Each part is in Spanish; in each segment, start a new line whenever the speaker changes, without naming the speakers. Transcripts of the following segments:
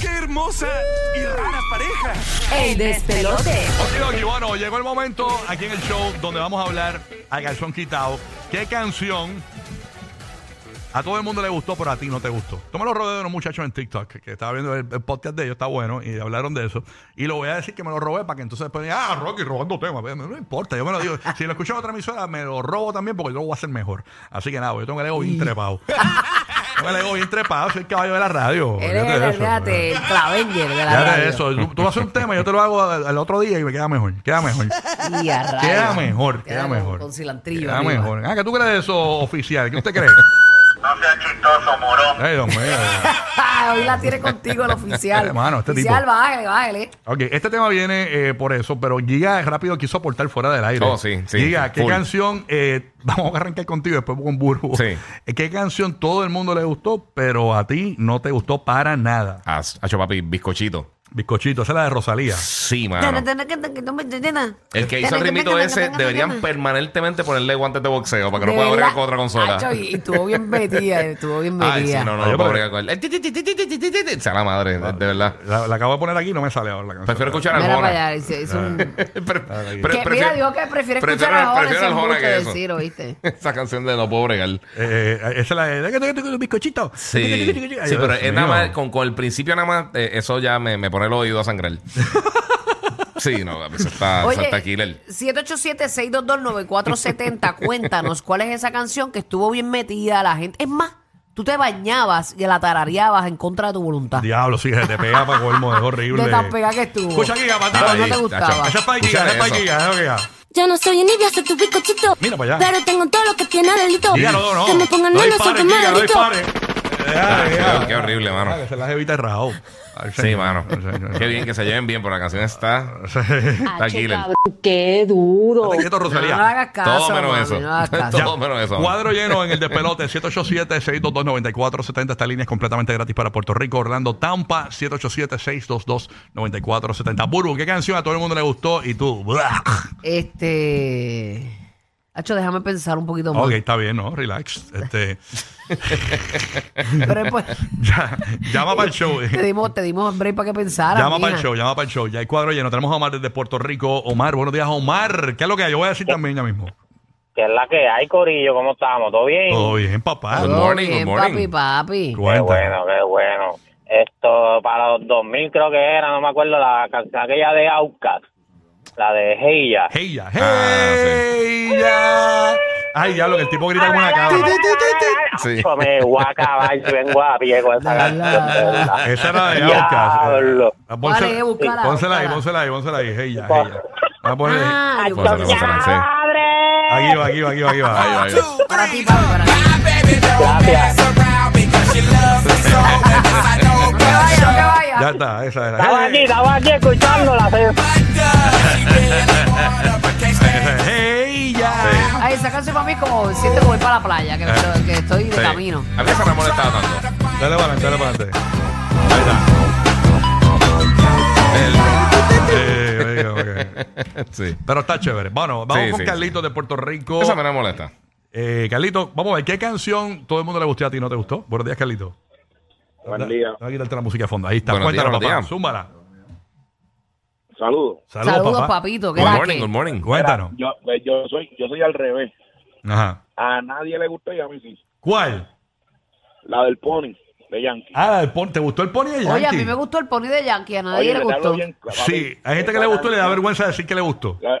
¡Qué hermosa y rara pareja!
El despelote.
Ok, ok, bueno, llegó el momento aquí en el show donde vamos a hablar a calzón quitado. ¿Qué canción a todo el mundo le gustó, pero a ti no te gustó? Yo me lo robé de unos muchachos en TikTok que, que estaba viendo el, el podcast de ellos, está bueno, y hablaron de eso. Y lo voy a decir que me lo robé para que entonces después digan, ah, Rocky, robando temas. Pues, No importa, yo me lo digo. si lo escucho en otra emisora, me lo robo también porque yo lo voy a hacer mejor. Así que nada, yo tengo el ego bien trepado. Yo me el ego bien trepado, soy el caballo de la radio.
Eres
Fíjate
el,
eso.
fíjate, el clavenger de la
Ya
radio.
de eso. Tú, tú haces un tema, yo te lo hago al al otro día y me queda mejor. Queda mejor.
Y a rayos.
Queda mejor, queda
con-
mejor.
Con cilantrillo.
Queda
arriba.
mejor. Ah, ¿qué tú crees de eso oficial? ¿Qué usted cree?
No seas chistoso, morón.
Ay, Dios mío.
Ah, Hoy la tiene contigo el oficial.
Hermano, este tipo.
oficial, bájale, bájale.
Ok, este tema viene eh, por eso, pero Giga rápido quiso aportar fuera del aire.
Oh, sí, sí,
Giga,
sí,
¿qué
full.
canción? eh, vamos a arrancar contigo después con Burbu.
Sí.
Eh, ¿Qué canción todo el mundo le gustó, pero a ti no te gustó para nada?
Hacho papi, bizcochito.
Bizcochito, esa es la de Rosalía.
Sí, mano. El que hizo el rimito ese deberían permanentemente ponerle guantes de boxeo para que no pueda
De
bregar
verdad.
con otra consola.
Hacho, y, y estuvo bien metida, estuvo bien metida.
Ay, sí, no, no,
Ay,
no
pero-
puedo bregar con él. El ti, ti, ti, ti, ti, ti, ti, ti, ti, ti. Sea la madre, de de verdad.
La, la acabo de poner aquí y no me sale ahora la canción.
Prefiero escuchar al
Mira para
Jona.
allá, es, es un... que,
Ah,
Pre- pre-
mira,
prefiero-
digo que prefiere escuchar
prefiero-
a Jona,
prefiero
eso
al
es
Jona
mucho
que eso.
decir, ¿oíste?
Esa canción de No puedo bregar.
Eh, eh, esa es la de... de- Bizcochito.
Sí,
Ay,
sí pero
Dios
es nada
mío.
más, con, con el principio nada más, eh, eso ya me, me pone el oído a sangrar. sí, no, eso está, eso
Oye,
está killer.
787-622-9470, cuéntanos cuál es esa canción que estuvo bien metida la gente. Es más, tú te bañabas y la tarareabas en contra de tu voluntad.
Diablo, sí, se te pega para colmo, es horrible.
De tan pegada que estuvo.
Escucha aquí, para ti,
Pero
para
no
ti.
te gustaba.
Esa es para Giga,
Escucha
esa es para
eso.
Giga, esa es para Giga.
Yo no soy envidia, soy tu picochito.
Mira para allá.
Pero tengo todo lo que tiene delito.
Giga, no, no.
Que me pongan
no
nano
dispares, Giga,
siempre me
no
delito.
dispares. Deja, deja.
qué horrible, mano.
Deja, que Se las evita el rabo. Ay,
Sí,
señor.
mano.
Ay, señor.
Qué bien que se lleven bien, pero la canción está, está killer.
Qué duro.
Estate quieto,
No, no
Rosalía.
le hagas caso,
Todo menos
mami,
eso.
no le hagas caso.
Todo menos eso.
Cuadro lleno en el despelote. 787-622-9470. Esta línea es completamente gratis para Puerto Rico, Orlando, Tampa. 787-622-9470. Burbu, ¿qué canción a todo el mundo le gustó? Y tú, ¡buah!
Este. Hacho, déjame pensar un poquito más.
Ok, está bien, ¿no? Relax. Este,
Pero después
ya- llama para el show.
te dimos, te dimos break para que pensara.
Llama para el
mija.
show, llama para el show. Ya hay cuadro lleno. Tenemos a Omar desde Puerto Rico. Omar, buenos días, Omar. ¿Qué es lo que hay? Yo voy a decir también ya mismo.
que es la que hay, Corillo? ¿Cómo estamos? ¿Todo bien?
Todo bien, papá.
Good
Todo
morning,
bien,
good
papi,
morning.
papi.
qué
Cuenta.
bueno, qué bueno. Esto, para los 2000 creo que era, no me acuerdo, la canción aquella de Outcast, la de Heya.
Hey ya,
Ah,
hey ya. Ay, ya, lo que el tipo grita como
Ah,
una cabra.
Sí.
Yo me voy a acabar si vengo a pie con esa
La,
canción.
la, la,
de verdad.
Esa era de
Diablo.
Outcast. Ah, pónsela-
Vale, búscala,
Pónsela ahí,
búscala.
pónsela ahí, pónsela ahí. Hey ya, hey ya. Vamos a ponerle-
Ah, yo-
Pónsela, pónsela, sí.
Aquí va, aquí va, aquí va, aquí va.
Ahí va, ahí va.
para ti, papi, para ti.
Gracias.
No que vaya, no que vaya.
Ya está, esa era.
Estaba aquí, estaba aquí escuchándola. se-
Esa es, Hey ya.
Ay, esa canción para mí es como siento que voy para la playa,
Eh,
que, pero- que estoy de
Sí.
camino.
A mí esa no me molestaba tanto.
Dale para adelante, dale para adelante. Eh, ok, ok.
Sí.
Pero está chévere. Bueno, vamos
Sí,
con
sí,
Carlitos de Puerto Rico.
Esa me no me molesta.
Eh, Carlito, vamos a ver, ¿qué canción todo el mundo le gustó y a ti no te gustó? Buenos días, Carlito.
Buen día.
Voy a quitarte la música a fondo. Ahí está,
Buenos días,
cuéntanos,
buenos
papá.
días.
Zúmbala.
Saludos.
Saludos,
Saludos,
papá.
papito. ¿qué
Good
la
morning,
que?
good morning.
Cuéntanos.
Yo, pues, yo soy yo soy al revés.
Ajá.
A nadie le gustó y a mí sí.
¿Cuál?
La del pony, de Yankee.
Ah, el pon- ¿te gustó el Pony de Yankee?
Oye, a mí me gustó el pony de Yankee, a nadie le
Oye, te hablo
gustó.
bien claro, papi.
Sí, hay gente que le gustó y le da vergüenza decir que le gustó.
La-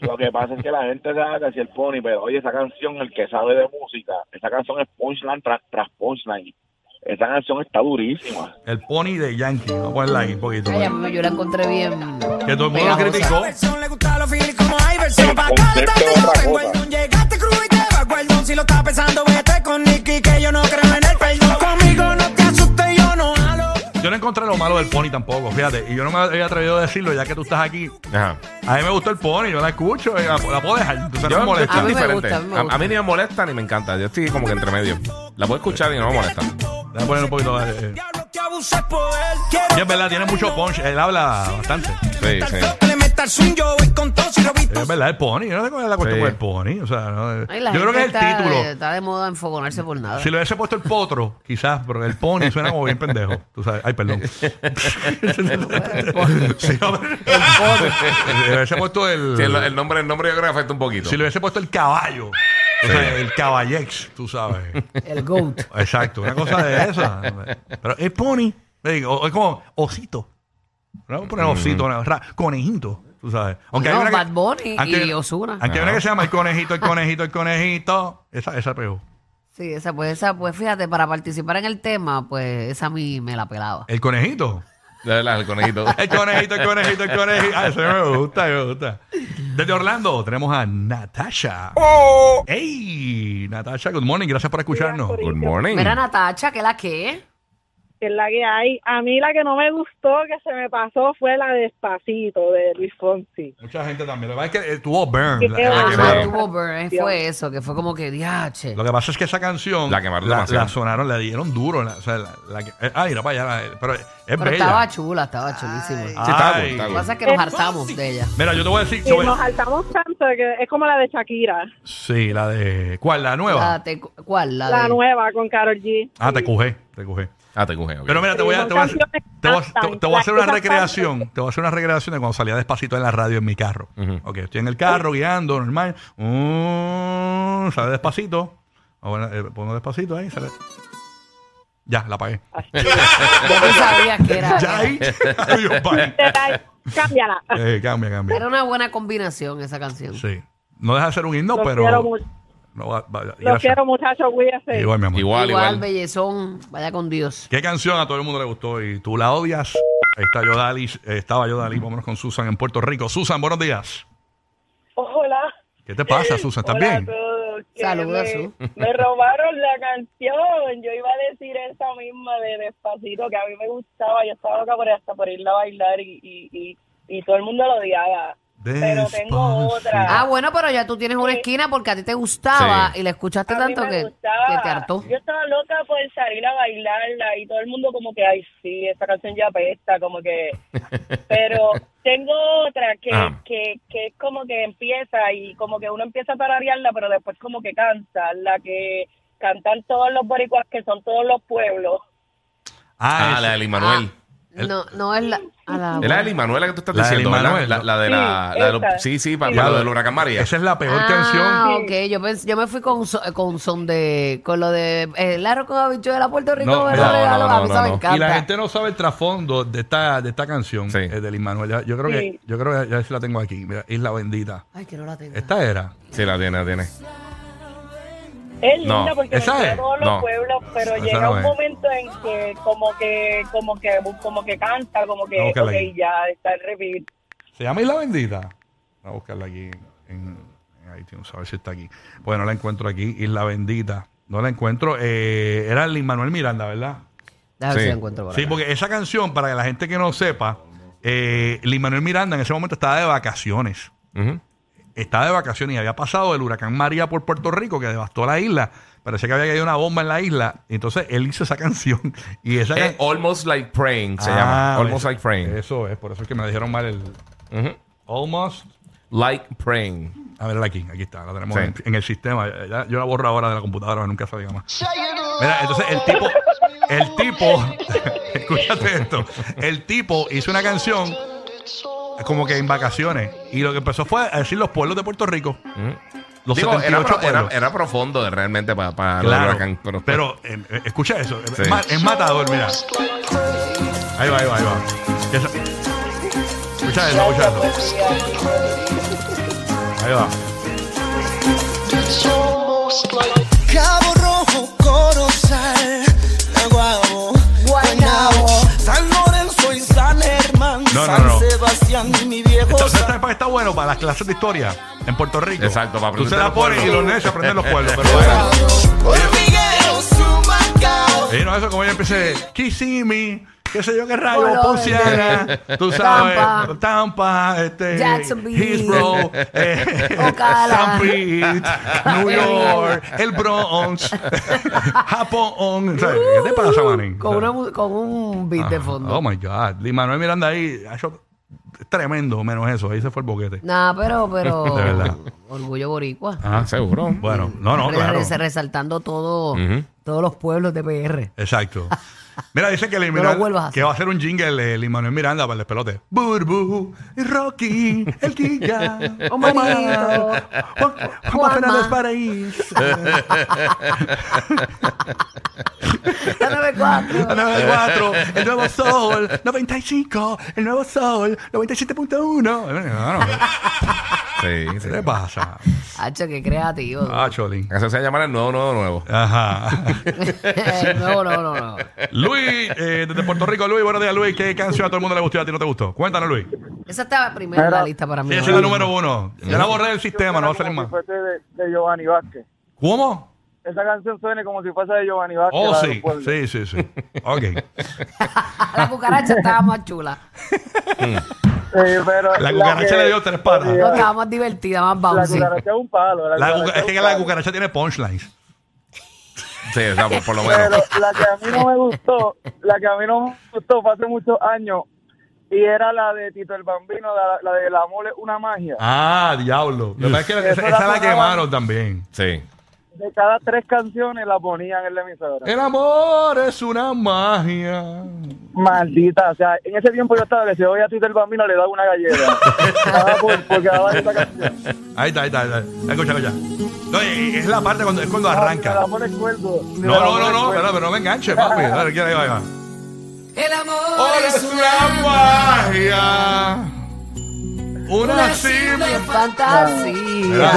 Lo que pasa es que la gente sabe que es el pony, pero oye, esa canción, el que sabe de música, esa canción es punchline tras, tras punchline. Esa canción está durísima.
El Pony de Yankee. Vamos a ponerla ahí un poquito.
Ay, a mí yo la encontré bien.
Que todo el mundo lo
pegajosa.
criticó.
Versión le gusta los filis como Iverson. Pa' acá le
concepto
está
es otra
tirando
cosa.
el guardón. Llegaste crudo y te va guardón. Si lo estás pensando, vete con Nicky, que yo no creo en el perdón. Conmigo no te asustes, yo no halo.
Yo no encontré lo malo del Pony tampoco, fíjate. Y yo no me había atrevido a decirlo ya que tú estás aquí.
Ajá.
A mí me gustó el Pony, yo la escucho, y la, la puedo dejar. Entonces no me
Yo
molesta.
a mí
estoy
me
diferente.
gusta, a mí me
A
gusta.
a mí ni me molesta ni me encanta. Yo estoy como que entre medio. La puedo escuchar y no me molesta.
Voy a poner un poquito más. eh.
Diablo que abuses por él. Quiero
Sí, es verdad, tiene mucho punch. Él habla bastante.
Sí, sí.
que le metas está el swing, yo voy con todo si lo he visto.
Es verdad, el pony. Yo no sé cuál es la cuestión
Sí.
con el pony. O sea, no-
Ay, la
yo
gente
creo que es el
está,
título.
Está de moda enfogonarse por
Ah.
nada.
Si lo hubiese puesto el potro, quizás, pero el pony suena como bien pendejo. Tú sabes. Ay, perdón. si no- si le hubiese puesto el.
Sí, el, el nombre, el nombre yo creo que afecta un poquito.
si le hubiese puesto el caballo. O sea, el caballex, tú sabes.
El GOAT.
Exacto, una cosa de esa. Pero es pony. Le digo, o- es como osito. No vamos a
Mm.
poner osito, no, ra- conejito, tú sabes.
No,
que-
Bad Bunny
aunque-
y Ozuna.
Aunque hay una que se llama el conejito, el conejito, el conejito. Esa, esa pegó.
Sí, esa pues, esa, pues fíjate, para participar en el tema, pues esa a mí me la pelaba.
El conejito.
De verdad, el conejito.
El conejito, el conejito, el conejito. Ah, eso me gusta, me gusta. Desde Orlando tenemos a Natasha. ¡Ey! Natasha, good morning. Oh. Gracias por escucharnos.
Good morning.
Mira, Natacha, que la que
que es la que hay. A mí la que no me gustó, que se me pasó, fue la de Despacito, de Luis Fonsi.
Mucha gente también. Lo que pasa es que eh, tuvo Burn.
Qué
la- Ah, la
bueno.
quemaron.
Ajá, Ah, tuvo burn, fue eso, que fue como que diache.
Lo que pasa es que esa canción
La quemaron
la,
demasiado.
la sonaron, la dieron duro. La, o sea, la- la que- eh, ay, no, para allá. la- pero es
Pero
bella.
estaba chula, estaba chulísima.
Ay.
Sí, está cool,
Lo
está
que
cool.
pasa es que nos hartamos de ella.
Mira, yo te voy a decir.
Y
yo voy-
nos saltamos tanto que es como la de Shakira,
sí, la de. ¿Cuál? La nueva.
La te- ¿Cuál? La,
la
de-
nueva con Carol G.
Ah, te cogé, te cogé.
Ah, te cogé. ok.
Pero mira, te voy a, te voy a,
Son canciones
te voy a-
que cantan,
te voy a hacer
las
una
que cantan.
recreación. Te voy a hacer una recreación de cuando salía despacito en la radio en mi carro.
Ujú.
Ok, estoy en el carro guiando, normal. Mm, sale despacito. Ahora, eh, pongo despacito ahí. Sale. Ya, la apagué.
Yo no sabía que era.
Ya ahí. Adiós, bye.
Te la- Cámbiala.
Eh, cambia, cambia.
Era una buena combinación esa canción.
Sí. No deja de ser un himno,
Los
pero.
quiero mucho.
No, va- va-
Los
gracias.
quiero, muchachos, cuídense.
Igual, mi amor.
Igual,
igual,
igual.
bellezón, vaya con Dios.
¿Qué canción a todo el mundo le gustó y tú la odias? Ahí está yo, Dali. eh, Estaba yo, Dali. Vámonos con Susan en Puerto Rico. Susan, buenos días.
Hola.
¿Qué te pasa, Susan? ¿Estás bien?
Saludos, Su.
Me, me robaron la canción. Yo iba a decir esa misma de Despacito que a mí me gustaba. Yo estaba loca por hasta por irla a bailar y, y, y, y todo el mundo lo odiaba. Pero tengo
Despacito.
otra.
Ah, bueno, pero ya tú tienes una esquina porque a ti te gustaba
Sí.
y la escuchaste
A mí
tanto
me
que,
gustaba.
que te hartó.
Yo estaba loca por salir a bailarla y todo el mundo como que, ay, sí, esta canción ya apesta, como que... Pero tengo otra que,
Ah.
que, que es como que empieza y como que uno empieza a tararearla, pero después como que cansa, la que cantan todos los boricuas, que son todos los pueblos.
Ah,
Ah,
esa.
la de Limanuel.
No, no es la. a la-
Es la de Limanuel la que tú estás
La de
diciendo, ¿verdad?
Limanuel,
La,
¿no?
la de la.
Sí,
la de los-
esa.
sí, sí, para,
Sí.
para lo del huracán María.
Esa es la peor canción.
Ah, ok. Yo, pens- yo me fui con, so- con son de. Con lo de. eh, El arroz con habichuela de Puerto Rico
No,
me
no,
lo regaló.
no,
a mí
no,
esa me
no.
encanta.
Y la gente no sabe el trasfondo de esta, de esta canción
Sí.
eh, de Lin Manuel. Yo creo que,
Sí.
yo creo que ya sí la tengo aquí. Mira, Isla Bendita.
Ay, que no la tengo.
Esta era.
Sí, la tiene, la
Eh,
tiene.
Es
No,
linda porque
esa
menciona
es.
todos los
No.
pueblos, pero
Esa
llega
no
un
es.
momento en que como que como que como que canta, como que
Vamos a buscarla
ok,
ahí.
ya está el repeat.
¿Se llama Isla Bendita? Voy a buscarla aquí en, en iTunes, a ver si está aquí. Bueno, no la encuentro aquí, Isla Bendita. No la encuentro. Eh, era Lin Manuel Miranda, ¿verdad?
Déjame ver
Sí.
si la encuentro por
Sí,
acá.
porque esa canción, para la gente que no sepa, eh, Lin Manuel Miranda en ese momento estaba de vacaciones.
Ujú.
Estaba de vacaciones y había pasado el huracán María por Puerto Rico que devastó la isla. Parecía que había caído una bomba en la isla. Entonces él hizo esa canción. Y esa
Es
can-
Almost Like Praying, Eh, se
Ah,
llama. Almost
eso-
Like Praying.
Eso es, por eso es que me dijeron mal el.
Ujú.
Almost.
Like Praying.
A verla aquí, aquí está, la tenemos
Sí.
en, en el sistema. Ya- yo la borro ahora de la computadora, nunca se diga más. Mira, entonces el tipo, el tipo, escúchate esto, el tipo hizo una canción como que en vacaciones y lo que empezó fue a decir los pueblos de Puerto Rico. Los
Mm. Digo, era,
78
pro- era,
pueblos.
era profundo de- realmente para, para el
Claro,
huracán. Pero, pues.
pero eh, eh, escucha eso, es
Sí.
ma- es matador, mira. Ahí va, ahí va, ahí va. Esa- Escucha eso, escucha eso. Ahí va.
Cabo Rojo, Corozal, Naguabo, Guaynabo, San Lorenzo y San Germán,
No, no,
San
no.
Sebastián y mi viejo
Entonces,
San-
¿sabes para qué está bueno? Para las clases de historia en Puerto Rico.
Exacto, para
Tú
aprender
se la
los
pones y
pueblos.
los nenes aprenden los pueblos. Pero bueno.
Hormiguero, Sumacao.
Y no, eso como yo empecé, Kissimmee, qué sé yo qué rayo,
Colores.
Ponciana, tú sabes, Tampa,
Tampa.
este,
Jacksonville.
Hillsborough, eh,
Ocala.
San Pete, New York, el Bronx, Japón. ¿sabes? ¿Qué te pasa, manín?
Uh, Con, una
O
mu- con un beat
sea,
de fondo.
Oh my God. Y Manuel Miranda ahí, ha hecho tremendo, menos eso. Ahí se fue el boquete.
Nah, pero, pero.
De verdad.
Orgullo boricua.
Ah, seguro.
Bueno, no, no,
Re-
claro.
re- Resaltando todo,
Ujú.
todos los pueblos de PR.
Exacto. Mira, dice que el
lo vuelvas a
Miranda,
hacer.
que va a hacer un jingle el Manuel Miranda para el pelote. Burbu, Rocky, el Giga, Omar, Juan, Juan
Juanma.
Fernández Paraíso.
94.
94, el nuevo sol, 95, el nuevo sol, 97.1. Claro,
Sí,
¿Qué
sí.
le pasa?
Hacho, qué creativo.
Ah, Cholín.
Eso se va a llamar el nuevo, nuevo, nuevo.
Ajá.
no, no, no, no.
Luis, eh, desde Puerto Rico, Luis, buenos días, Luis. ¿Qué canción a todo el mundo le gustó y a ti no te gustó? Cuéntanos, Luis.
Esa estaba primero en la lista para mí.
Sí, esa es la número uno. Ya la borré del sistema, no va a salir más.
de, de Giovanni Vázquez.
¿Cómo?
Esa canción suena como si fuese de Giovanni Vázquez.
Oh,
la del
sí.
pueblo.
Sí, sí, sí. Ok.
La cucaracha estaba más chula.
Sí, Eh, pero
La cucaracha
que-
le dio tres patas.
No, estaba más divertida, más
La
bouncy.
cucaracha es un palo. La
La cuca-
cucaracha
es que
un
la
palo.
cucaracha tiene punchlines.
Sí, o sea, por, por lo
Pero
menos.
la que a mí no me gustó, la que a mí no me gustó fue hace muchos años y era la de Tito el Bambino, la, la de La Mole, una magia.
Ah, diablo. Lo que pasa es que
Eso
esa,
la
esa la
pagaban.
quemaron también.
Sí.
De cada tres canciones la ponían en la emisora.
El amor es una magia.
Maldita, o sea, en ese tiempo yo estaba que si voy a Tito el Bambino le daba una gallera. Daba por- porque daba esa canción.
Ahí está, ahí está. Ahí está. Escucha, escucha. No, y- y es la parte cuando, es cuando
De La
arranca.
Mole cuerdo. De
No,
La
no,
Mole
no, no,
cuerdo.
pero, pero no me enganches, papi. Dale, que ahí va, ahí va.
El amor
Ahora es una magia. Una simple. Ah.
fantasía.
Yo creo que hace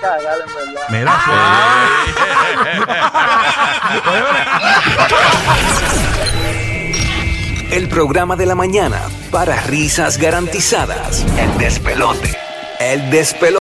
cagar, en verdad.
Mira, suave.
El programa de la mañana para risas garantizadas. El despelote. El despelote.